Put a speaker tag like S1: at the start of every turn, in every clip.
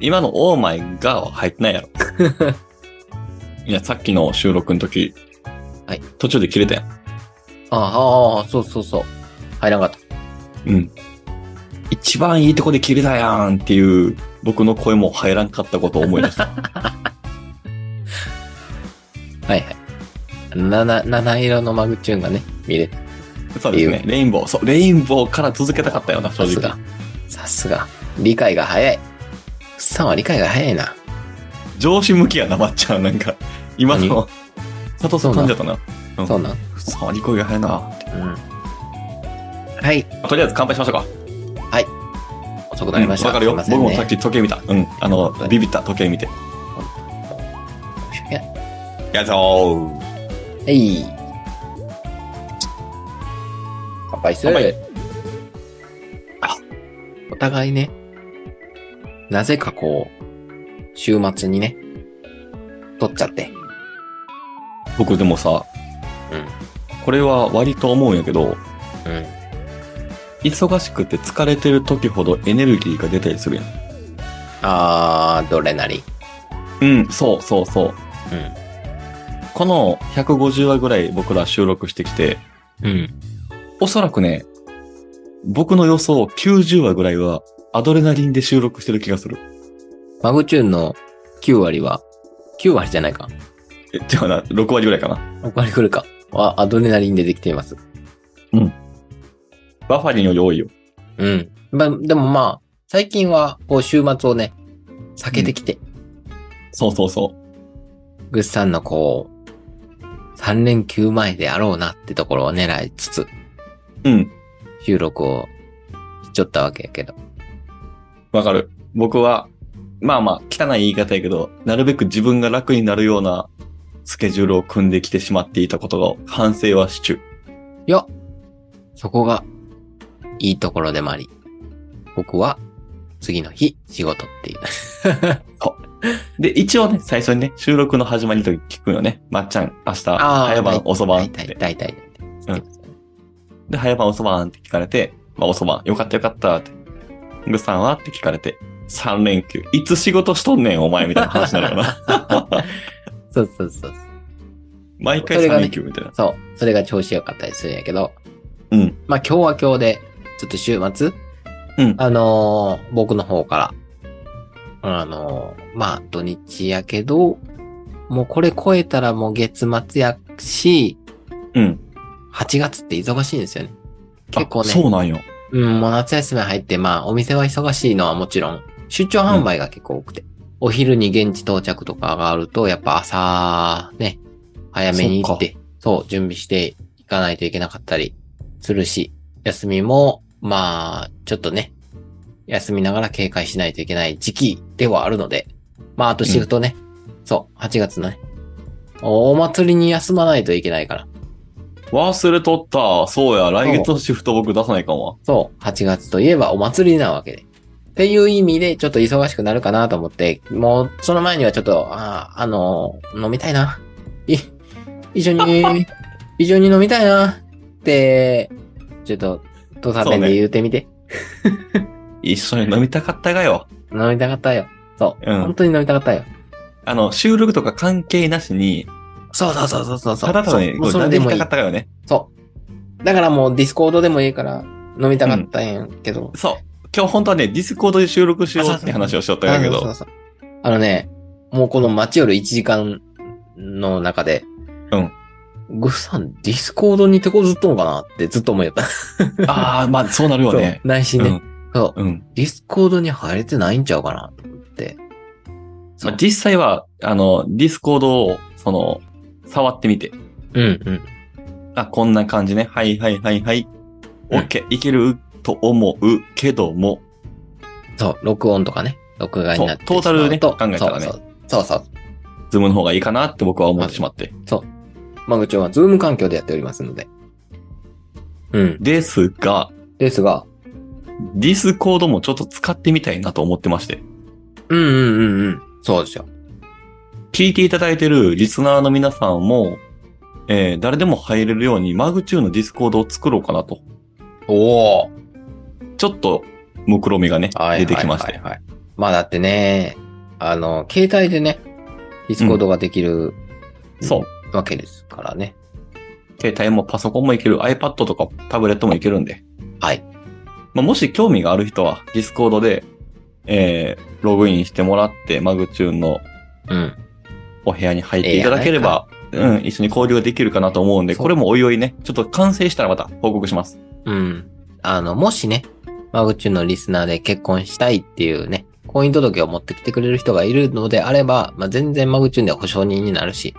S1: 今のオーマイガーは入ってないや ろ。いや、さっきの収録の時、
S2: はい
S1: 途中で切れたやん。
S2: ああ、そうそうそう。入らなかっ
S1: うん。一番いいとこで切れたやんっていう、僕の声も入らんかったことを思い出 した。
S2: た。はいはい。七、七色のマグチューンがね、見れた。
S1: そうですね。レインボー。そう、レインボーから続けたかったよな、正
S2: さす
S1: 直
S2: が。。さすが。理解が早い。くっさんは理解が早いな。
S1: 上司向きやな、まっちゃん。なんか、今の、佐藤さん噛んじゃったな。うん
S2: そうなん。
S1: ふさわり声が早いな。
S2: うん。はい。
S1: とりあえず乾杯しましょうか。
S2: 遅くなりました。
S1: うんわかるよ。
S2: すい
S1: 僕も
S2: ません
S1: さっ
S2: ね
S1: き時計見た。うん。あの、ビビった時計見て。
S2: いや
S1: やっぞー。
S2: はい。乾杯する。
S1: 乾杯あ
S2: お互いね、なぜかこう、週末にね、取っちゃって。
S1: 僕でもさ、
S2: うん
S1: これは割と思うんやけど、
S2: うん。
S1: 忙しくて疲れてる時ほどエネルギーが出たりするやん。
S2: あー、どれなり。
S1: うん、そうそうそう。
S2: う
S1: この150話ぐらい僕ら収録してきて、
S2: ん。うん。
S1: おそらくね、僕の予想90話ぐらいはアドレナリンで収録してる気がする。
S2: マグチューンの9割は、9割じゃないか。
S1: え、違うな、6割ぐらいかな。
S2: 6割来るか。は、アドレナリンでできています。
S1: バファリンより多いよ。
S2: うん。ま、でもまあ、最近は、こう、週末をね、避けてきて、
S1: そうそうそう。
S2: グッさんのこう、3連休前であろうなってところを狙いつつ、
S1: うん、
S2: 収録をしちょったわけやけど。
S1: わかる。僕は、まあまあ、汚い言い方やけど、なるべく自分が楽になるようなスケジュールを組んできてしまっていたことが反省はしちゅう。
S2: いや、そこが、いいところでもあり、僕は、次の日、仕事っていう。
S1: で、一応ね、最初にね、収録の始まりの時聞くよね。まっちゃん、明日、早
S2: あーは
S1: 晩
S2: い、
S1: 遅
S2: だ
S1: 番っ
S2: いたい、
S1: て。
S2: だいたい。
S1: で、早晩、遅番って聞かれて、まあ、遅番、よかったよかったって。ぐっさんはって聞かれて、3連休、いつ仕事しとんねん、お前みたいな話になる よな。
S2: そうそうそうそう。
S1: 毎回
S2: それが
S1: 3
S2: ね
S1: 連休みたいな。
S2: そう。それが調子良かったりするんやけど。
S1: うん。
S2: まあ今日は今日で、ちょっと週末
S1: うん
S2: あのー僕の方から、あのーまあ土日やけど、もうこれ超えたらもう月末やし、
S1: うん。
S2: 8月って忙しいんですよね。
S1: あ
S2: 結構ね
S1: そうなんよ。
S2: うん、もう夏休み入って、まあお店は忙しいのはもちろん、出張販売が結構多くて。お昼に現地到着とかがあると、やっぱ朝、ね、早めに行って、そう、準備していかないといけなかったりするし、休みも、まあ、ちょっとね、休みながら警戒しないといけない時期ではあるので、まあ、あとシフトね、そう、8月のね、お祭りに休まないといけないから、
S1: 忘れとった。そうや、来月のシフト僕出さないかもわ。
S2: そう、8月といえばお祭りなわけで。っていう意味で、ちょっと忙しくなるかなと思って、もう、その前にはちょっと、あーあのー飲みたいな。い、一緒 に、一緒に飲みたいな。って、ちょっと、土佐弁で言うてみて。
S1: 一緒に飲みたかったがよ。
S2: 飲みたかったよ。そう、
S1: うん
S2: 本当に飲みたかったよ。
S1: あの、収録とか関係なしに、
S2: そうそうそうそうそうそう。
S1: ただただね、
S2: そうもう
S1: こ
S2: そうれ
S1: 飲
S2: で
S1: み
S2: もい
S1: た
S2: い
S1: かっ。たがよね。
S2: そう。だからもう、ディスコードでもいいから、飲みたかったんやけど。
S1: そう。今日本当はね、ディスコードで収録しようって話をしちゃったんやけ
S2: あそう
S1: ど。
S2: そうそうあのね、もうこの街より1時間の中で、
S1: うん。
S2: グフさん、ディスコードに手こずっとんのかなってずっと思いよった。
S1: ああ、まあ、そうなるよね。
S2: そう 内心ね、そう。
S1: うん。うん。
S2: ディスコードに入れてないんちゃうかなと思って。そ
S1: ま
S2: う
S1: あ、実際は、あの、ディスコードを、その、触ってみて。
S2: うんうん。
S1: あ、こんな感じね。はいはいはいはい。
S2: うん
S1: OK、いけると思うけども。
S2: そう、録音とかね。録画になって
S1: そうトータルね
S2: しまうと
S1: 考えたらね
S2: そうそうそうそう。
S1: ズームの方がいいかなって僕は思ってしまって。
S2: マグチョはズーム環境でやっておりますので。うん。
S1: ですが、
S2: ですが、
S1: ディスコードもちょっと使ってみたいなと思ってまして。
S2: うんうんうんうん。そうですよ。
S1: 聞いていただいてるリスナーの皆さんも、えー誰でも入れるように、マグチューンのディスコードを作ろうかなと。
S2: おお。
S1: ちょっと、目論みがね、出てきまして。
S2: はいはいはいはいまあだってね、あの、携帯でね、ディスコードができる
S1: そう。
S2: わけですからね。
S1: 携帯もパソコンもいける、iPad とかタブレットもいけるんで。
S2: はい。
S1: まあ、もし興味がある人は、ディスコードで、えー、ログインしてもらって、マグチューンの
S2: うん。
S1: お部屋に入っていただければ、うん、一緒に交流ができるかなと思うんで、
S2: そう
S1: これもおいおいね、ちょっと完成したらまた報告します。
S2: うん。あの、もしね、マグチューンのリスナーで結婚したいっていうね、婚姻届を持ってきてくれる人がいるのであれば、まあ、全然マグチューンでは保証人になるし、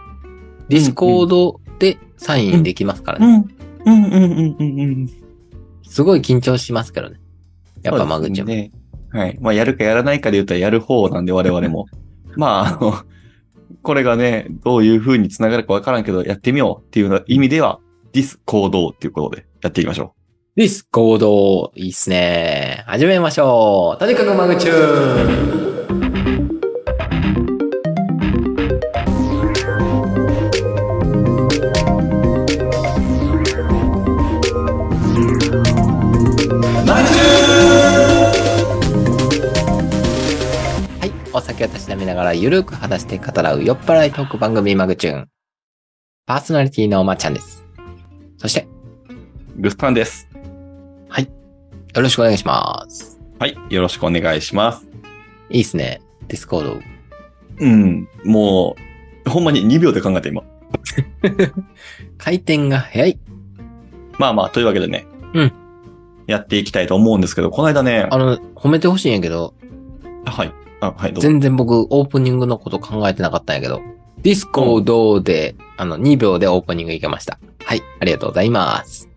S2: ディスコードでサインできますからね。
S1: ん。うんうんうんうんうん。
S2: すごい緊張しますけどね。やっぱマグチューン。
S1: ね。はい。まあ、やるかやらないかで言ったらやる方なんで、我々 も。まあ、あの、これがね、どういう風に繋がるかわからんけど、やってみようっていうのは意味では、ディス行動っていうことでやっていきましょ
S2: ディスコード、いいっすね。始めましょう。とにかくマグチューン。はい。お酒をたしなみながらゆるく話して語らう酔っ払いトーク番組マグチューン。パーソナリティのおまちゃんです。そして、
S1: う。グスタンです。
S2: よろしくお願いします。
S1: はい。よろしくお願いします。
S2: いいっすね。ディスコード。
S1: うん。もう、ほんまに2秒で考えて今。
S2: 回転が早い。
S1: まあまあ、というわけでね。
S2: うん。
S1: やっていきたいと思うんですけど、この間ね。
S2: あの、褒めてほしいんやけど、
S1: あはい。あ、はい、どうぞ。
S2: 全然僕オープニングのこと考えてなかったんやけど、ディスコードで、あの、2秒でオープニングいけました。はい。ありがとうございます。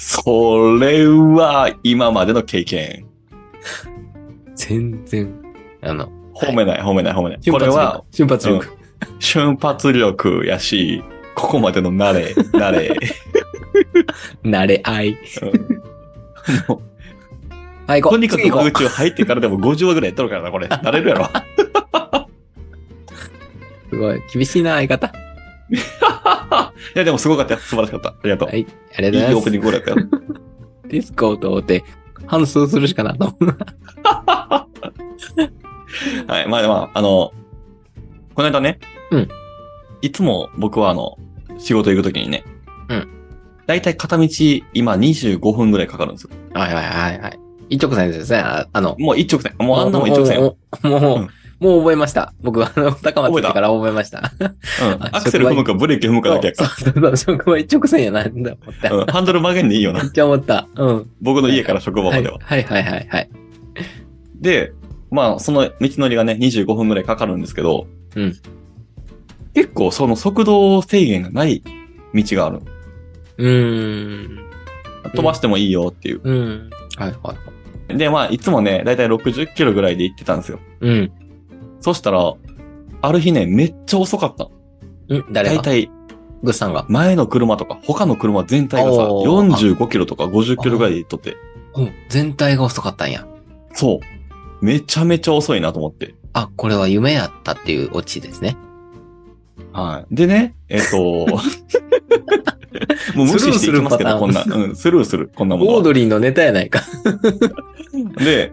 S1: それは、今までの経験。
S2: 全然、あの、
S1: 褒めない、褒めない、褒めない。
S2: 瞬
S1: こ
S2: 発
S1: れ
S2: 力
S1: は、、
S2: 瞬発力。
S1: 瞬発力やし、ここまでの慣 れ、慣れ。
S2: 慣れ合い。
S1: うんも
S2: はい、
S1: う
S2: 行ことう
S1: にかく
S2: 次行こ
S1: 空
S2: う
S1: 中入ってからでも50話ぐらいやっとるからな、これ。慣れるや ろ。
S2: すごい。厳しいな、相方。
S1: いや、でもすごかったよ。素晴らしかった。ありがとう。、
S2: はいい。あり
S1: い
S2: がとう
S1: オ
S2: ご
S1: ープ
S2: ざ
S1: ニ
S2: い
S1: ングだったよ。
S2: ます。ディスコードで反数するしかなと思う。
S1: はい。まあまあ、あの、この間ね。
S2: うん。
S1: いつも僕はあの、仕事行くときにね。
S2: うん。
S1: だいたい片道今25分ぐらいかかるんですよ。
S2: はいはいはいはい。一直線ですね。ああの、
S1: もう一直線。もうあんなもん一直線よ。
S2: もう、もう
S1: うん
S2: もう覚えました。僕は、あの、高松行ってから覚えました。
S1: うん。アクセル踏むかブレーキ踏むかだけやか
S2: そう
S1: ら。
S2: そうそう、職場一直線やな、んだ思った。
S1: うん、ハンドル曲げんでいいよ
S2: め
S1: な。
S2: っちゃ思った。うん。
S1: 僕の家から職場
S2: は
S1: ま
S2: い、
S1: では。
S2: はいはいはいはい。
S1: で、まあ、その道のりがね、25分ぐらいかかるんですけど、
S2: うん
S1: 結構その速度制限がない道がある。
S2: うーん。
S1: 飛ばしてもいいよっていう。
S2: うん。はいはいはい。
S1: で、まあ、いつもね、だいたい60キロぐらいで行ってたんですよ。
S2: うん。
S1: そしたら、ある日ね、めっちゃ遅かった。
S2: うん、
S1: だ
S2: 誰
S1: い
S2: が
S1: たい
S2: グッさんが。
S1: 前の車とか、他の車全体がさ、
S2: おー
S1: 45キロとか50キロぐらいで行っとって、
S2: うん。全体が遅かったんや。
S1: そう。めちゃめちゃ遅いなと思って。
S2: あ、これは夢やったっていうオチですね。
S1: はい。でね、えっ、 と、もう無視していきますけど、
S2: スルーするパターン
S1: こんな、うん、スルーする、こんなもの
S2: オ
S1: は
S2: ー。ドリーのネタやないか。
S1: で、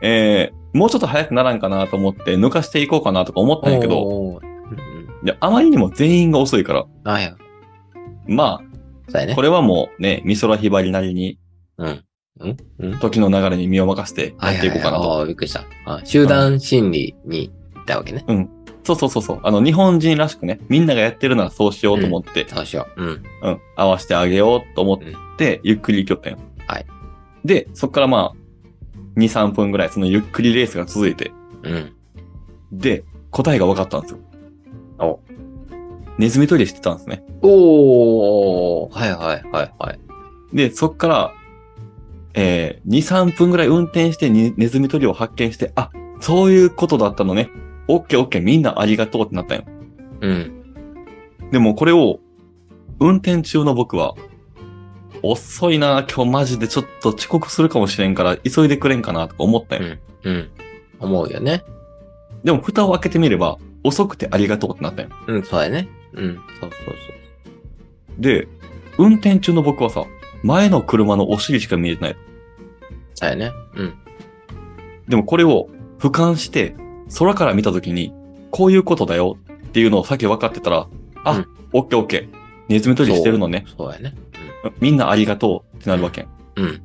S1: えー、もうちょっと早くならんかなと思って、抜かしていこうかなとか思ったんやけど、
S2: おーうん
S1: であまりにも全員が遅いから、
S2: うん。あいや、
S1: ま
S2: そうや
S1: あ、
S2: ね
S1: こ。れはもうね、美空ひばりなりに、
S2: うん。うんうん
S1: 時の流れに身を任せてやっていこうかな
S2: はいはいはい
S1: と。
S2: あーびっくりした。あ集団心理に行ったわけね。
S1: そうそうそうそう。あの、日本人らしくね、みんながやってるならそうしようと思って、
S2: そうしよう。うん。
S1: うん、合わせてあげようと思って、ゆっくり行きよったんよ。
S2: はい。
S1: で、そっからまあ、2、3分ぐらい、そのゆっくりレースが続いて、
S2: うん。
S1: で、答えが分かったんですよ。
S2: お
S1: ネズミトイレしてたんですね。
S2: おー。はいはいはいはい。
S1: で、そっから、えー、2、3分ぐらい運転してにネズミ捕りを発見して、あ、そういうことだったのね。オッケーオッケーみんなありがとうってなったんよ。
S2: うん。
S1: でもこれを、運転中の僕は、遅いな今日マジでちょっと遅刻するかもしれんから、急いでくれんかなとか思ったんよ。
S2: うん。思うよね。
S1: でも蓋を開けてみれば、遅くてありがとうってなったんよ。
S2: うん、そうやね。うん。そうそう
S1: で、運転中の僕はさ、前の車のお尻しか見えてない。
S2: そう。そうやね。うん。
S1: でもこれを、俯瞰して、空から見たときに、こういうことだよっていうのをさっき分かってたら、あ、
S2: うん
S1: オッケーオッケー。ネズミ取りしてるのね。
S2: そうやね。
S1: みんなありがとうってなるわけ。
S2: うん。うん。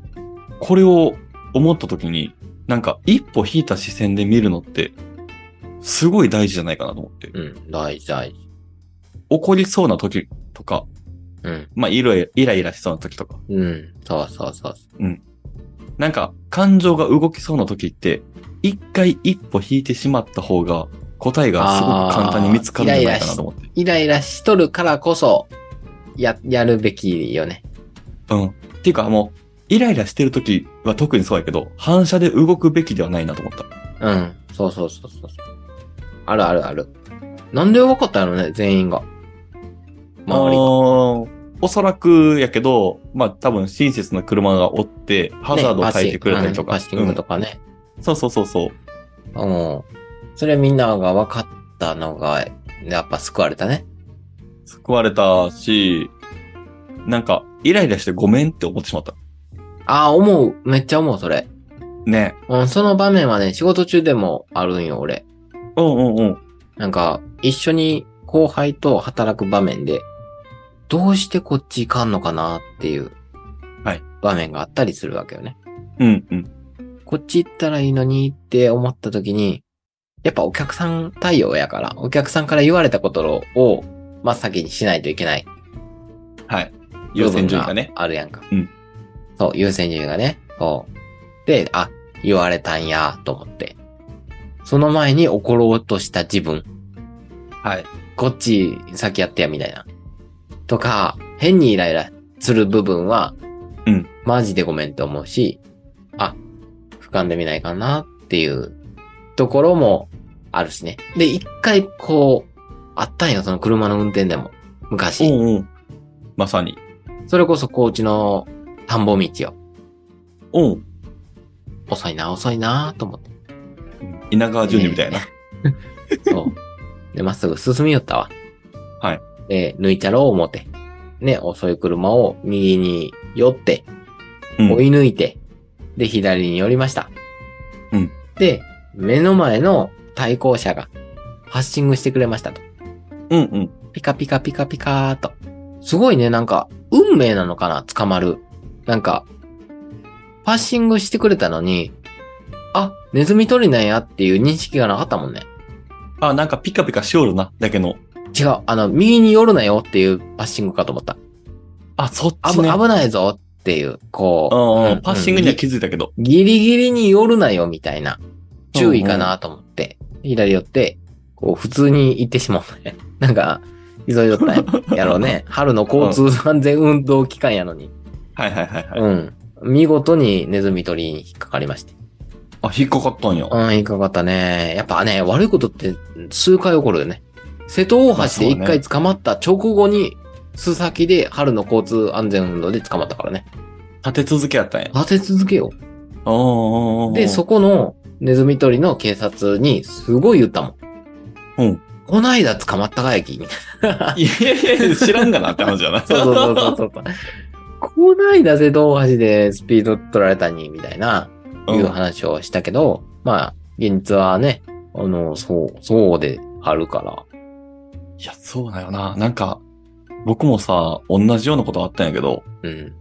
S1: これを思ったときに、なんか一歩引いた視線で見るのって、すごい大事じゃないかなと思って。
S2: うん。大事、大事。
S1: 怒りそうな時とか、
S2: うん。
S1: まあ、イライライライラしそうな時とか、
S2: うん。そうそうそうそ
S1: なんか感情が動きそうな時って、一回一歩引いてしまった方が、答えがすごく簡単に見つかるんじゃないかなと思って。
S2: う。イライラしとるからこそ、や、やるべきよね。
S1: うん。っていうか、もう、イライラしてる時は特にそうやけど、反射で動くべきではないなと思った。
S2: うん。そうそうそうそうそう。あるあるある。なんで分かったのね、全員が。周りが。
S1: あーおそらくやけど、まあ多分親切な車がおって、ハザードを変えてくれたりとか。
S2: ねパッシングとかね。
S1: うんそうそうそうそう。
S2: うん。それみんなが分かったのが、やっぱ救われたね。
S1: 救われたし、なんか、イライラしてごめんって思ってしまった。
S2: ああ、思う。めっちゃ思う、それ。
S1: ね。
S2: うん、その場面はね、仕事中でもあるんよ、俺。
S1: うんうんうん。
S2: なんか、一緒に後輩と働く場面で、どうしてこっち行かんのかなっていう、
S1: はい
S2: 場面があったりするわけよね。
S1: うんうん。
S2: こっち行ったらいいのにって思った時に、やっぱお客さん対応やから、お客さんから言われたことを真っ先にしないといけない
S1: はい。優先順位がね。
S2: あるやんか。
S1: うん
S2: そう、優先順位がね。そう。で、あ、言われたんや、と思って。その前に怒ろうとした自分。
S1: はい。
S2: こっち先やってや、みたいな。とか、変にイライラする部分は、
S1: うん。
S2: マジでごめんって思うし、あ、俯瞰で見ないかなっていうところもあるしね。で、一回こう、あったんよ、その車の運転でも。昔。
S1: うんうん。まさに。
S2: それこそ高知の田んぼ道を。
S1: うん。
S2: 遅いな、遅いなと思って。
S1: 稲川淳二みたいな。
S2: そう。 で、まっすぐ進み寄ったわ。
S1: はい。
S2: で、抜いちゃろう思って。ね、遅い車を右に寄って、
S1: うん
S2: 追い抜いて、で、左に寄りました。
S1: うん。
S2: で、目の前の対向車が、ハッシングしてくれましたと。
S1: うんうん。
S2: ピカピカピカピカーと。すごいね、なんか、運命なのかな、捕まる。なんか、パッシングしてくれたのに、あ、ネズミ捕りなんやっていう認識がなかったもんね。
S1: あ、なんかピカピカしおるな、だけの。
S2: 違う、あの、右に寄るなよっていうパッシングかと思った。
S1: あ、そっ
S2: あ
S1: ち
S2: ぶ、
S1: ね。
S2: 危ないぞっていう、こ
S1: う
S2: う。
S1: ん
S2: う
S1: うんん。パッシングには
S2: ぎ
S1: 気づいたけど。
S2: ギリギリに寄るなよみたいな。注意かなと思って、左寄って、こう、普通に行ってしまうね。 なんか、急いどったんやろ うね。春の交通安全運動期間やのに。
S1: はいはいはいはい。
S2: うん。見事にネズミ捕りに引っかかりまして。
S1: あ、引っかかったんや。
S2: うん、引っかかったね。やっぱね、悪いことって数回起こるよね。瀬戸大橋で一
S1: まあそう
S2: 回
S1: ね
S2: 捕まった直後に、須崎で春の交通安全運動で捕まったからね。
S1: 立て続けやったんや。
S2: 立て続けよう。
S1: おーおーおー
S2: で、そこのネズミ捕りの警察にすごい言ったもん。
S1: うん。
S2: こないだ捕まったか やき。みたい
S1: いやいやいや、知らんがなって話じゃない
S2: なそうそうそうそうそう。こないだ瀬戸大橋でスピード取られたに、みたいな、
S1: う
S2: いうん話をしたけど、まあ、現実はね、あの、そう、そうであるから。
S1: いや、そうだよな。なんか、僕もさ、同じようなことあったんやけど、
S2: うん。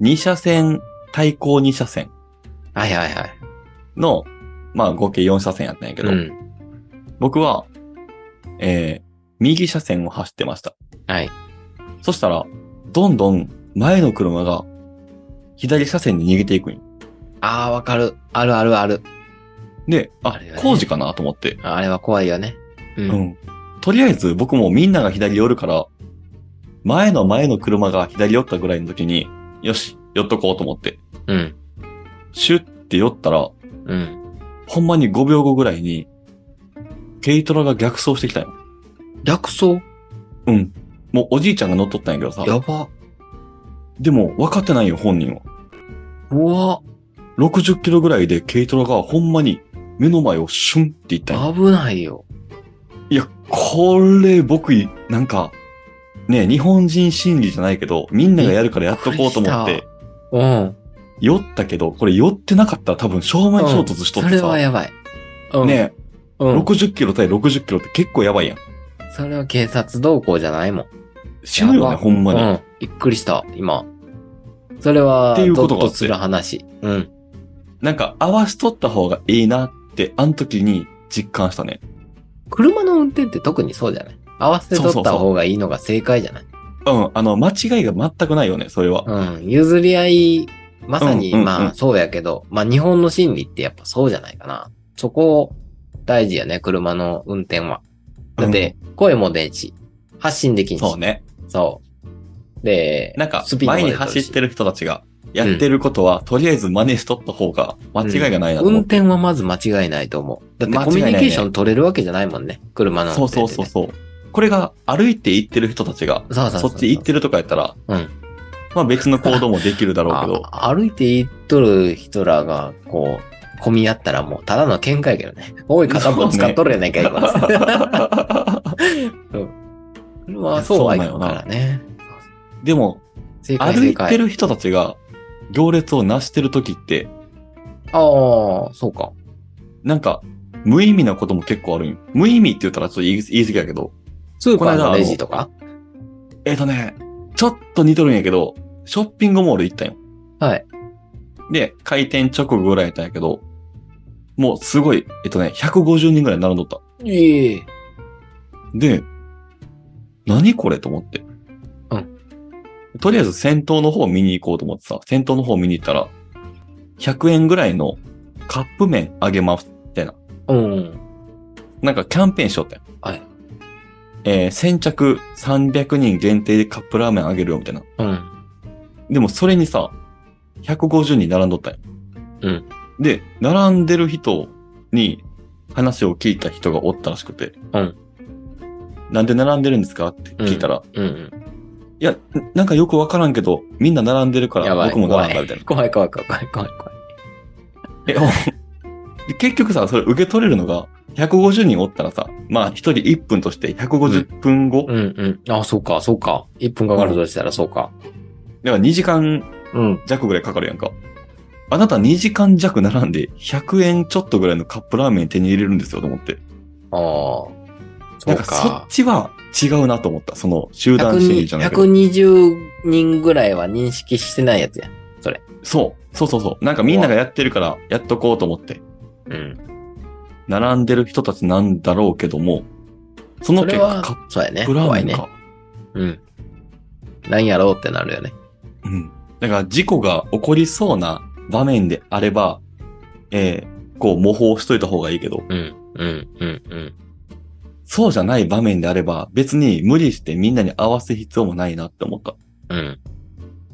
S1: 2車線、対向2車線
S2: はいはいはい。
S1: の、まあ合計4車線やったんやけど、
S2: うん。
S1: 僕は、えー、右車線を走ってました。
S2: はい。
S1: そしたら、どんどん前の車が、左車線に逃げていくんよ
S2: ああ、わかる。あるあるある。
S1: で、
S2: あ
S1: あ
S2: れ、だね
S1: 工事かなと思って。
S2: あれは怖いよね。うん。
S1: うん。とりあえず僕もみんなが左寄るから、前の前の車が左寄ったぐらいの時に、よし、寄っとこうと思って、
S2: うん。
S1: シュッて寄ったら、
S2: うん。
S1: ほんまに5秒後ぐらいに、軽トラが逆走してきたよ。
S2: 逆走
S1: うん。もうおじいちゃんが乗っとったんやけどさ。
S2: やば。
S1: でも分かってないよ、本人は。
S2: うわ、
S1: 60キロぐらいで軽トラがほんまに目の前をシュンっていったんよ。
S2: 危ないよ。
S1: いや、これ僕、なんか、ね、日本人心理じゃないけど、みんながやるからやっとこうと思っ、
S2: びっくりしてうん。
S1: 酔ったけど、これ酔ってなかったら多分正面衝突しとっ
S2: そ
S1: て
S2: れ
S1: さ、
S2: はやばい。うん。
S1: ね、
S2: うん。
S1: 60キロ対60キロって結構やばいやん。
S2: それは警察同行じゃないもん。
S1: 死ぬよ
S2: やば
S1: ね、ほんまに。
S2: うん。びっくりした、今。それは、
S1: っていう
S2: ゾ
S1: こ
S2: ッ
S1: とがあ
S2: と
S1: って
S2: する話。うん。
S1: なんか合わしとった方がいいなって、あの時に実感したね。
S2: 車の運転って特にそうじゃない合わせとった方がいいのが正解じゃない
S1: うん、あの、間違いが全くないよね、それは。
S2: うん。譲り合い、まさに、
S1: うんうんうん
S2: まあ、そうやけど、まあ、日本の心理ってやっぱそうじゃないかな。そこ、大事やね、車の運転は。だって、声も出んし、発信できんし。
S1: そうね。
S2: そう。で、
S1: なんか
S2: スピ、ード
S1: 前
S2: も出
S1: に
S2: とる
S1: 走
S2: し
S1: ってる人たちがやってることは、とりあえず真似しとった方が間違いがないなと
S2: 運
S1: 思って。
S2: 転はまず間違いないと思う。だって
S1: 間違い
S2: コ
S1: ない
S2: ミ
S1: ね
S2: ュニケーション取れるわけじゃないもんね。車の運
S1: そう
S2: 転で、
S1: そ
S2: ね。
S1: うそうそう。これが歩いて行ってる人たちが、
S2: そうそうそ
S1: そうっち行ってるとかやったら、
S2: うん
S1: まあ別の行動もできるだろうけど、
S2: あ歩いて行っとる人らが、こう、混み合ったらもう、ただの喧嘩やけどね。多い片方使っとるやないか、今。車はそうはいかんからね。
S1: でも、
S2: 正解
S1: 歩
S2: 正
S1: いて
S2: 解。
S1: る人たちが行列をなしてる時って、
S2: ああ、そうか。
S1: なんか、無意味なことも結構あるんよ。無意味って言ったらちょっと言い言い過ぎやけど、
S2: スーパー
S1: この間あ
S2: の
S1: の
S2: レジとか
S1: えっ、とね、ちょっと似とるんやけど、ショッピングモール行ったんよ。
S2: はい。
S1: で、開店直後ぐらいやったんやけど、もうすごい、えっとね、150人ぐらい並んどった。
S2: ええ。
S1: で、何これと思って。
S2: うん。
S1: とりあえず先頭の方見に行こうと思ってさ、先頭の方見に行ったら、100円ぐらいのカップ麺あげます。
S2: うん。
S1: なんかキャンペーンしよったんよ
S2: はい。
S1: えー先着300人限定でカップラーメンあげるよ、みたいな。
S2: うん。
S1: でもそれにさ、150人並んどったんよ。
S2: うん。
S1: で、並んでる人に話を聞いた人がおったらしくて。
S2: うん。
S1: なんで並んでるんですかって聞いたら、
S2: うん。
S1: いや、なんかよくわからんけど、みんな並んでるから
S2: やばい。
S1: 僕も並んだみたいな。
S2: 怖い怖い怖い怖い怖い怖い。
S1: え、ほんで結局さ、それ受け取れるのが、150人おったらさ、まあ1人1分として150分後、
S2: うんうん。あ、そうか、そうか。1分かかるとしたらそうか。
S1: だから2時間
S2: うん。
S1: 弱ぐらいかかるやんか。あなた2時間弱並んで、100円ちょっとぐらいのカップラーメン手に入れるんですよと思って。
S2: ああ。そ
S1: な
S2: うん
S1: かそっ
S2: か。
S1: ちは違うなと思った。その集団心理じゃないけど。
S2: 120人ぐらいは認識してないやつや。
S1: そう。そうそうそう。なんかみんながやってるから、やっとこうと思って。
S2: うん。
S1: 並んでる人たちなんだろうけども、その
S2: それ
S1: 結果、カ
S2: は、そうやね。
S1: ップラ
S2: 怖
S1: ー
S2: い
S1: メ
S2: ね
S1: ン。か。
S2: うん。なんやろうってなるよね。
S1: うん。だから事故が起こりそうな場面であれば、えーこう模倣しといた方がいいけど、
S2: うん。うん。うん。うん。
S1: そうじゃない場面であれば、別に無理してみんなに合わせる必要もないなって思った。
S2: うん。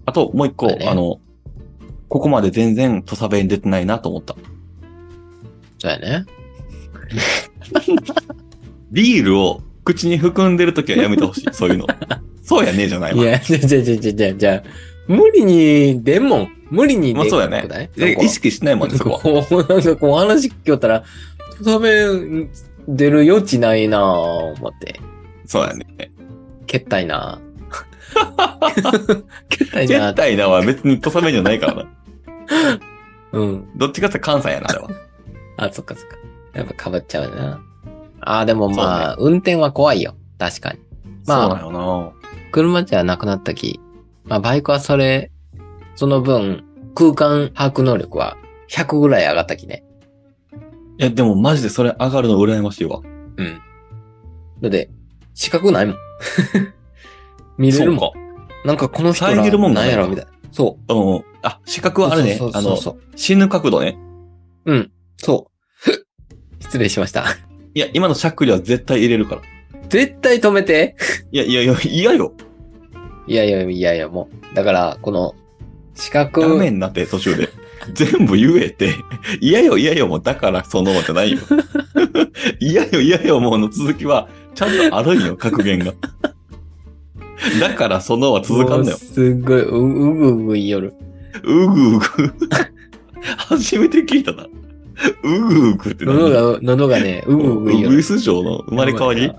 S1: あと、もう一個、
S2: そうだね
S1: あの、ここまで全然土佐弁出てないなと思った。
S2: そうやね。
S1: ビールを口に含んでるときはやめてほしい。 そういうの。そうやねえじゃない
S2: い
S1: わ。
S2: や、じゃじゃじゃじゃじゃじゃ無理に出んもん。無理に出ん
S1: まあそうやね
S2: くない
S1: で意識しないもんね、そこは。
S2: こう、なんかこう話聞きよったら、土佐弁出る余地ないなぁ、思って。
S1: そうやね。
S2: けったいな ぁ。けったい
S1: チェッ
S2: なぁ。
S1: タイナは別に土佐弁じゃないからな。
S2: うん。
S1: どっちかって関西やな、あれは。
S2: あ、そっかそっか。やっぱかぶっちゃうな。あー、でもまあ、運転は怖いよ。確かに。まあ
S1: そうだよ
S2: 車じゃなくなったき、まあ、バイクはそれ、その分、空間把握能力は100ぐらい上がったきね。
S1: な。いや、でもマジでそれ上がるの羨ましいわ。
S2: うん。だって、視覚ないもん。 見れるもん。
S1: そう
S2: なんかこの人ら
S1: 遮るもんがな
S2: な
S1: んい
S2: やろみたいな。そう。
S1: か。うんうん。あ、資格はあるね
S2: そ。う
S1: あ
S2: そう
S1: の、
S2: そうそう。
S1: 死ぬ角度ね。
S2: うん。そう。 失礼しました。
S1: いや、今のしゃっくりは絶対入れるから。
S2: 絶対止めて。
S1: いや、いやいや、嫌よ。
S2: いやいやいやいや、もう。だから、この、視覚。
S1: ダメになって、途中で。 全部言えて。嫌よ、嫌よ、もう、だから、その、じゃないよ。 嫌よ、嫌よ、もうの続きは、ちゃんとあるん よ、格言が。だから、そのは続かんの
S2: もう
S1: よ。
S2: すっごい、う、うぐうぐ言いよる。
S1: うぐう ぐ。初めて聞いたな。うぐうぐって何
S2: 喉が、喉がね、うぐうぐ言いよ
S1: ウ
S2: る
S1: グイ。ス城の生まれ変わり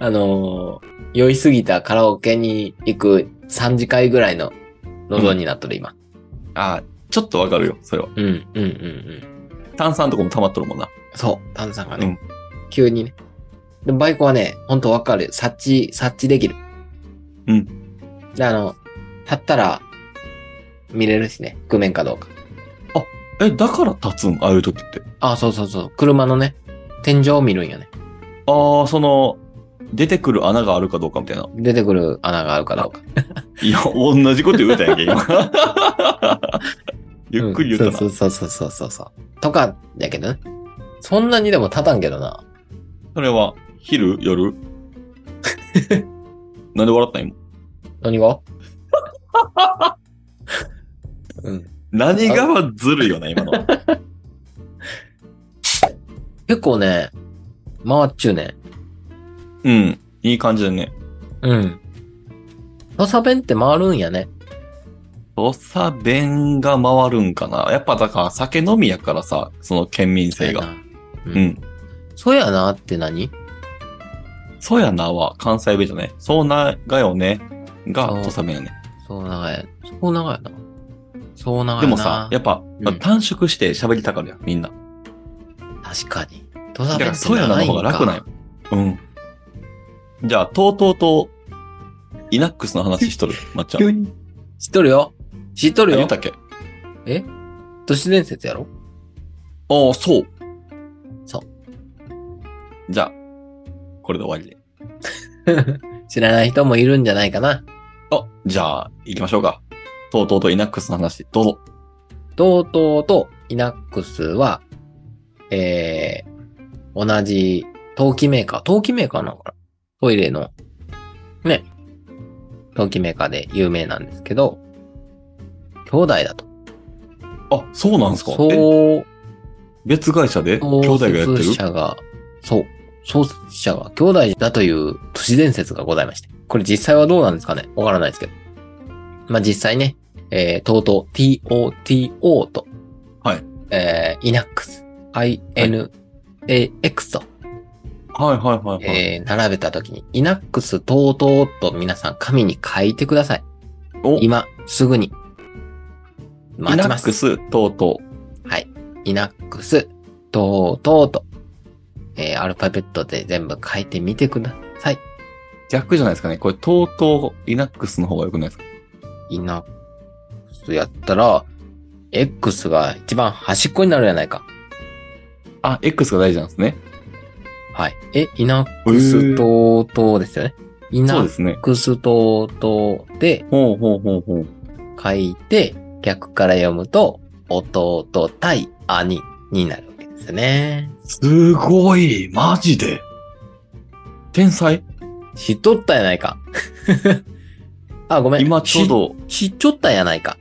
S2: あのー酔いすぎたカラオケに行く3次会ぐらいの喉になっとる今。
S1: ああ、ちょっとわかるよ、それは。
S2: うん、うん、うん、うん。
S1: 炭酸とかも溜まっとるもんな。
S2: そう、炭酸がね。
S1: うん
S2: 急にね。でもバイクはね、ほんとわかる。察知、察知できる。。
S1: うん
S2: で、あの、立ったら、見れるしね。覆面かどうか。
S1: え、だから立つんああいう時って。
S2: あ、そうそうそう。車のね、天井を見るんよね。
S1: ああ、その、出てくる穴があるかどうかみたいな。
S2: 出てくる穴があるかどうか。
S1: いや、同じこと言うたやんけ、 今。ゆっくり言うたな。
S2: うんそうそうそうそうそうそう。とか、やけどね。そんなにでも立たんけどな。
S1: それは、昼 夜なんで笑ったん今。
S2: 何 がうん。
S1: 何がはずるいよな、今の。
S2: 結構ね、回っちゅうね。
S1: うん。いい感じだね。
S2: うん。土佐弁って回るんやね。
S1: 土佐弁が回るんかな。やっぱだから酒飲みやからさ、その県民性が。。
S2: う。
S1: うんん。
S2: そうやなって何
S1: そうやなは関西弁じゃね。そうながよね。が
S2: そう
S1: 土佐弁やね。
S2: そう長い。そう長いな。そう長いな。
S1: でもさ、やっぱ、
S2: うん
S1: 短縮して喋りたがるやん、みんな。
S2: 確かに。土
S1: だか
S2: 佐弁
S1: ら
S2: って
S1: そうやな
S2: 長
S1: の
S2: いん
S1: 方が
S2: か
S1: 楽なんよ。うん。じゃあ、とうとうと、イナックスの話しと る、まっちゃん。あ
S2: 急に。知っとるよ。知っとる
S1: 言
S2: よ
S1: っ。たっけ
S2: 都市伝説やろ
S1: ああ、そう。。
S2: そう
S1: じゃあ、これで終わりで。
S2: 知らない人もいるんじゃないかな。
S1: あ、じゃあ、行きましょうか。とうとうとイナックスの話、どうぞ。
S2: とうとうとイナックスは、えー、同じ陶器メーカー、陶器メーカーなのかなトイレの、ね、陶器メーカーで有名なんですけど、兄弟だと。
S1: あ、そうなんですかえ
S2: そう、
S1: 別会社で兄
S2: 創
S1: 弟がやってる
S2: 設者が、そう、創設者が兄弟だという都市伝説がございまして。これ実際はどうなんですかねわからないですけど。まあ、実際ね、えー、とうとう TOTO と、
S1: はい。
S2: えー、INAX、INAX と、
S1: はいはいはいはい。
S2: えー、並べたときに、INAX とうとうと皆さん紙に書いてください。
S1: お、イ
S2: 今、すぐに。待
S1: ナ
S2: ちま
S1: ッ
S2: す
S1: ク。ス、とうとう。
S2: はい。イナックス、とうとうと、えー、アルファベットで全部書いてみてください。
S1: 逆じゃないですかね。これ、とうとう、イナックスの方が良くないですか
S2: イナックスやったら、X が一番端っこになるやないか。
S1: あ、X が大事なんですね。
S2: はい。え、イナックス、とうとうですよね。イ
S1: そう
S2: ナ
S1: で
S2: ッ
S1: すね。
S2: クス、とうとうで
S1: ほうほうほうほう。
S2: 書いて、逆から読むと、弟対兄になるわけですね。
S1: すごいマジで天才
S2: 知っとったやないか。 あ、ごめん。
S1: 今ちょうど、
S2: 知っちょったやないか。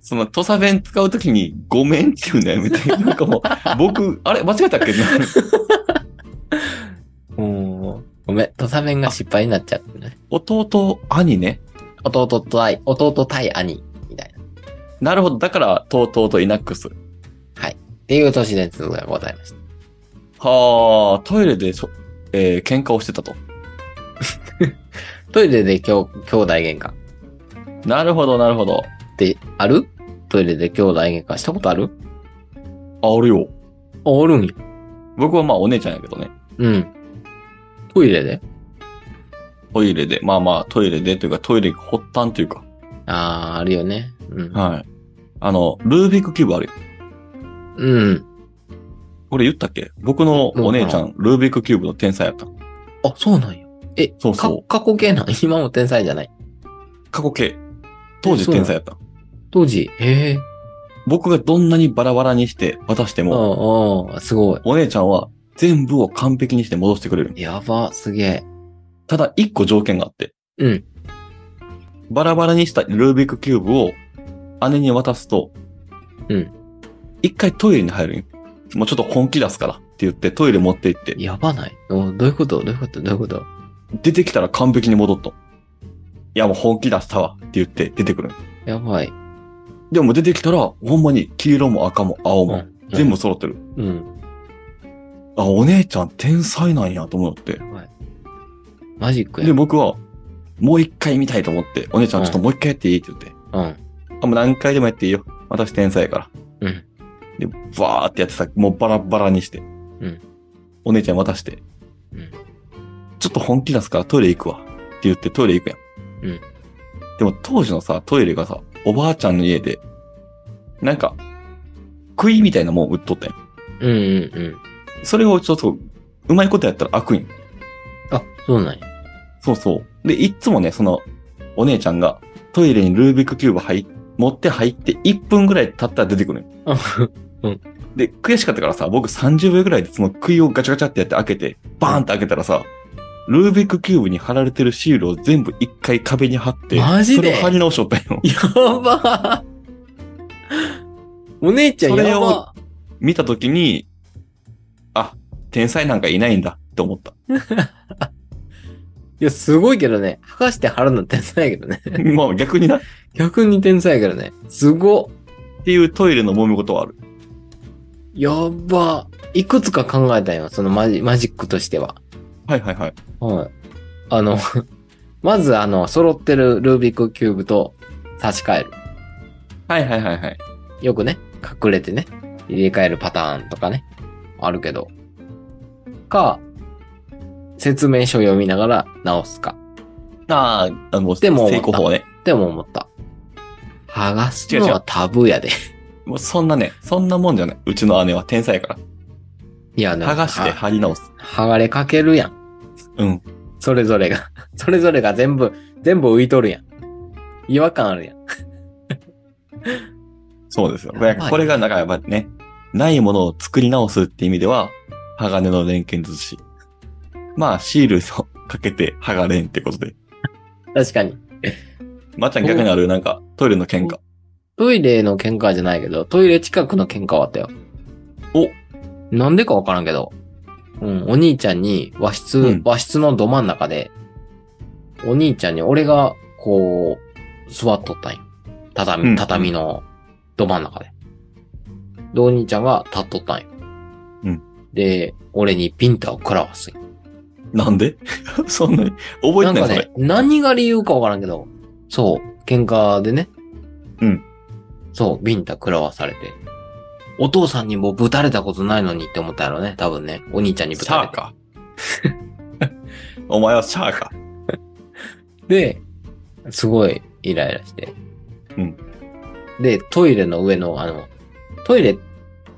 S1: その、土佐弁使うときに、ごめんって言うんだよ、みたい な。なんかもう、僕、あれ間違えたっけ な
S2: もう、ごめん、土佐弁が失敗になっちゃってね。
S1: 弟、兄ね。
S2: 弟と対、弟対兄、みたいな。っ
S1: なるほど。だから、とうとうとイナックス。
S2: ていう都市伝説がございました。
S1: はあ、トイレでそ、えー喧嘩をしてたと。
S2: トイレできょ兄弟喧嘩っ
S1: なるほど、なるほど。
S2: てあるトイレで兄弟喧嘩したことある
S1: あ、あるよ。
S2: あ、あるんよ。
S1: 僕はまあ、お姉ちゃんやけどね。
S2: うん。トイレで
S1: トイレで、まあまあ、トイレでというか、トイレ発端というか。
S2: ああ、あるよね。うん。
S1: はい。あの、ルービックキューブあるよ。
S2: うん。
S1: これ言ったっけ僕のお姉ちゃん、ルービックキューブの天才やった。
S2: あ、そうなんや。え、
S1: そう
S2: か
S1: そう。
S2: 過去形なん 今も天才じゃない。
S1: 過去形。当時天才やった。
S2: 当時、へえ。
S1: 僕がどんなにバラバラにして渡して
S2: う
S1: も、
S2: んうん、すごい。
S1: お姉ちゃんは全部を完璧にして戻してくれる。
S2: やば、すげえ。
S1: ただ一個条件があって、
S2: うん。
S1: バラバラにしたルービックキューブを姉に渡すと、
S2: うん。
S1: 一回トイレに入るんよもうちょっと本気出すからって言ってトイレ持って行って、
S2: やばないおどういうことどういうことどういうこと
S1: 出てきたら完璧に戻った。いやもう本気出したわって言って出てくるんよ。
S2: やばい。
S1: でも出てきたら、ほんまに黄色も赤も青も、
S2: ん
S1: 全部揃ってる。
S2: うん。
S1: あ、お姉ちゃん天才なんやと思って。
S2: マジックや。
S1: で、僕は、もう一回見たいと思って、お姉ちゃんちょっともう一回やっていいって言って、
S2: うん。
S1: あもう何回でもやっていいよ。私天才やから。
S2: うん。
S1: で、バーってやってさ、もうバラバラにして。
S2: ん
S1: お姉ちゃん渡して。
S2: うん
S1: ちょっと本気出すからトイレ行くわ。って言ってトイレ行くやん。
S2: うん
S1: でも当時のさ、トイレがさ、おばあちゃんの家で、なんか、杭みたいなもん売っとったやん。
S2: うんうんうん。
S1: それをちょっと、うまいことやったら開くんよ
S2: あ、そうなんや。
S1: そうそう。で、いっつもね、その、お姉ちゃんがトイレにルービックキューブ入っ持って入って1分ぐらい経ったら出てくるのよで、悔しかったからさ、僕30秒ぐらいでその杭をガチャガチャってやって開けて、バーンって開けたらさ、ルービックキューブに貼られてるシールを全部一回壁に貼って、
S2: マジで
S1: それを貼り直しとったんよ。
S2: やばお姉ちゃ
S1: そ
S2: ん
S1: れ
S2: や
S1: を
S2: ば
S1: 見たときに、あ、天才なんかいないんだって思った。
S2: いや、すごいけどね。剥がして貼るの天才やけどね。
S1: まあ逆にな。っ
S2: 逆に天才やけどね。すごっ。
S1: ていうトイレの揉め事はある。
S2: やば。いくつか考えたんよ。そのマジマジックとしては。
S1: はいはいはい。
S2: はい。あの、 まずあの、揃ってるルービックキューブと差し替える。
S1: はいはいはいはい。
S2: よくね、隠れてね、入れ替えるパターンとかね、あるけど。か、説明書読みながら直すか。
S1: ああ、あの、
S2: でも
S1: 成功法ね。
S2: っても思った。剥がすのはタブーやで。
S1: もうそんなね、そんなもんじゃない。うちの姉は天才やか
S2: いや、
S1: ら。剥がして
S2: は
S1: 貼り直す。
S2: 剥がれかけるやん。
S1: うん。
S2: それぞれが。 それぞれが全部、全部浮いとるやん。違和感あるやん。
S1: そうですよ。
S2: やばいね
S1: これが、なんかやっぱね、ないものを作り直すって意味では、鋼の錬金術師。まあ、シールをかけて、剥がれんってことで。
S2: 確かに。
S1: まっちゃん逆にある、なんか、トイレの喧嘩。
S2: トイレの喧嘩じゃないけど、トイレ近くの喧嘩はあったよ。
S1: お
S2: なんでかわからんけど、うん、お兄ちゃんに和室、
S1: うん
S2: 和室のど真ん中で、お兄ちゃんに俺が、こう、座っとったんよ。畳、
S1: うん
S2: 畳のど真ん中で。で、お兄ちゃんが立っとったんよ。
S1: うん
S2: で、俺にピンタを食らわすんよ
S1: なんで そんなに。覚えてない、
S2: なん
S1: そ
S2: か
S1: れ
S2: ね。、何が理由かわからんけど、そう、喧嘩でね。
S1: うん。
S2: そう、ビンタ食らわされて。お父さんにもぶたれたことないのにって思ったやろね。多分ね。お兄ちゃんにぶ
S1: シ
S2: たれ
S1: ャー
S2: た。
S1: か。お前はシャーか。
S2: で、すごいイライラして。
S1: うん。
S2: で、トイレの上の、あの、トイレ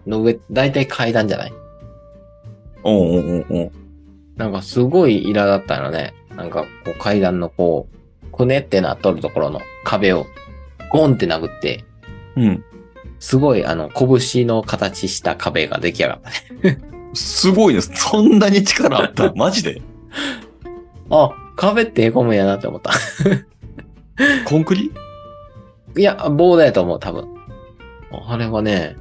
S2: の上、だいたい階段じゃない
S1: おうんうんうんうん。
S2: なんかすごいイラだったのね。なんかこう階段のこう、くねってなっとるところの壁をゴンって殴って、
S1: うん。
S2: すごい、あの、拳の形した壁が出来上がったね。
S1: すごいです。そんなに力あった。マジで
S2: あ、壁って凹むんやなって思った。
S1: コンクリ
S2: いや、棒だやと思う、多分。あれはね、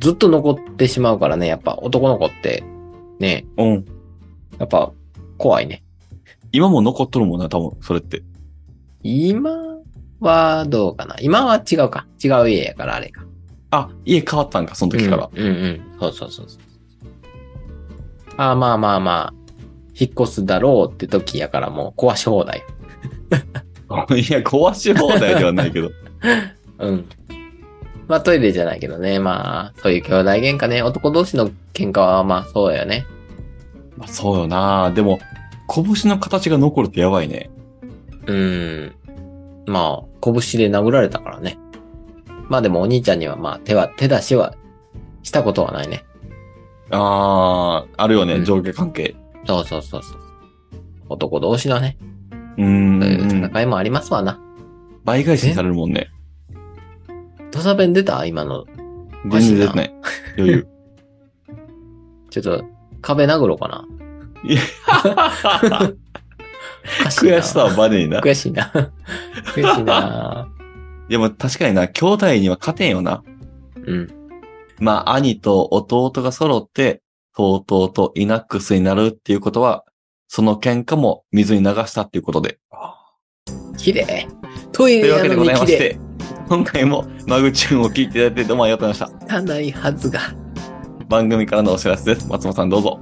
S2: ずっと残ってしまうからね、やっぱ男の子って、ね、
S1: うん。
S2: やっぱ怖いね。
S1: 今も残っとるもんな、多分、それって。
S2: 今はどうかな今は違うか。違う家やからあれか。
S1: あ、家変わったんか、その時から。
S2: うん、うんうんそうそうそうそう。あーまあまあまあ、引っ越すだろうって時やからもう壊し放題。
S1: いや、壊し放題ではないけど。
S2: うん。まあトイレじゃないけどね。まあ、そういう兄弟喧嘩ね。男同士の喧嘩はまあそうだよね。
S1: まあ、そうよなでも、拳の形が残るってやばいね。
S2: うん。まあ、拳で殴られたからね。まあでもお兄ちゃんにはまあ手は、手出しはしたことはないね。
S1: あー、あるよね、
S2: うん
S1: 上下関係。
S2: そうそうそうそう。男同士のね、
S1: うー。
S2: そういうん戦いもありますわな。
S1: 倍返しにされるもんね。
S2: 土佐弁出た今の。マ
S1: 全
S2: ジ
S1: 然
S2: な
S1: 出てない。余 裕。
S2: ちょっと、壁殴ろうかな。おかいな
S1: 悔しさはバネにな。い
S2: 悔し いな。悔しいな。
S1: や、まあ確かにな、兄弟には勝てんよな。
S2: うん。
S1: まあ、兄と弟が揃って、とうとうとイナックスになるっていうことは、その喧嘩も水に流したっていうことで。
S2: 綺麗。トイ
S1: とい
S2: レ
S1: うわ
S2: や
S1: けで
S2: の
S1: ござ
S2: に
S1: いま
S2: 綺
S1: し
S2: 麗。
S1: て、今回もマグチューンを聞いていただいてどうもありがとうございまし
S2: 汚いはずが。
S1: た。番組からのお知らせです。松本さんどうぞ。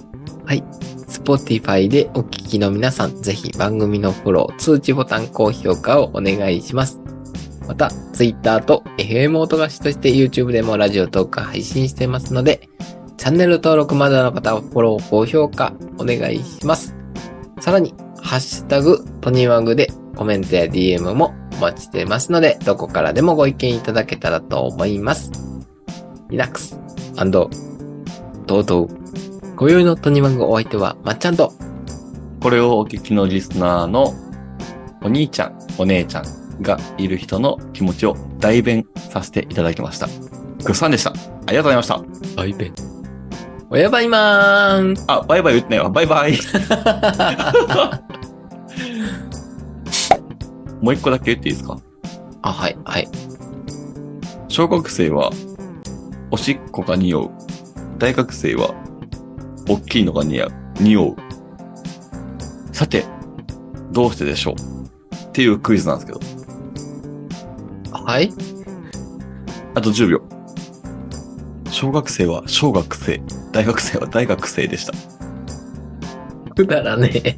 S2: Spotify でお聞きの皆さん、ぜひ番組のフォロー、通知ボタン、高評価をお願いします。また、Twitter と FM 音菓子として YouTube でもラジオトーク配信してますので、チャンネル登録まだの方はフォロー、高評価お願いします。さらに、ハッシュタグ、トニワグでコメントや DM もお待ちしてますので、どこからでもご意見いただけたらと思います。リラックス &TOTO。ご用意のトニワグお相手は、まっちゃんと、
S1: これをお聞きのリスナーのお兄ちゃん、お姉ちゃんがいる人の気持ちを代弁させていただきました。ごっさんでした。ありがとうございました。
S2: バイベン。おやばいまーん。
S1: あ、バイバイ言ってないわ。バイバイ。もう一個だけ言っていいですか
S2: あ、はい、はい。
S1: 小学生は、おしっこが匂う。大学生は、おっきいのが似合う。匂う。さて、どうしてでしょうっていうクイズなんですけど。
S2: はい
S1: あと10秒。小学生は小学生、大学生は大学生でした。
S2: くだらね え。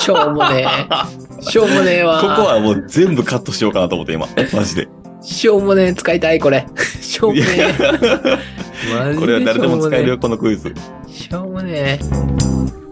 S2: しょうもね
S1: あ
S2: え。しょうもねえ
S1: こ
S2: わ。
S1: こはもう全部カットしようかなと思って今。マジで。
S2: しょうもねえ使いたい、これ。しょうも
S1: い
S2: ね
S1: や
S2: え。マジ
S1: これは誰でも使える
S2: しょうね
S1: よ、このクイズ。
S2: え。しょうもねえ。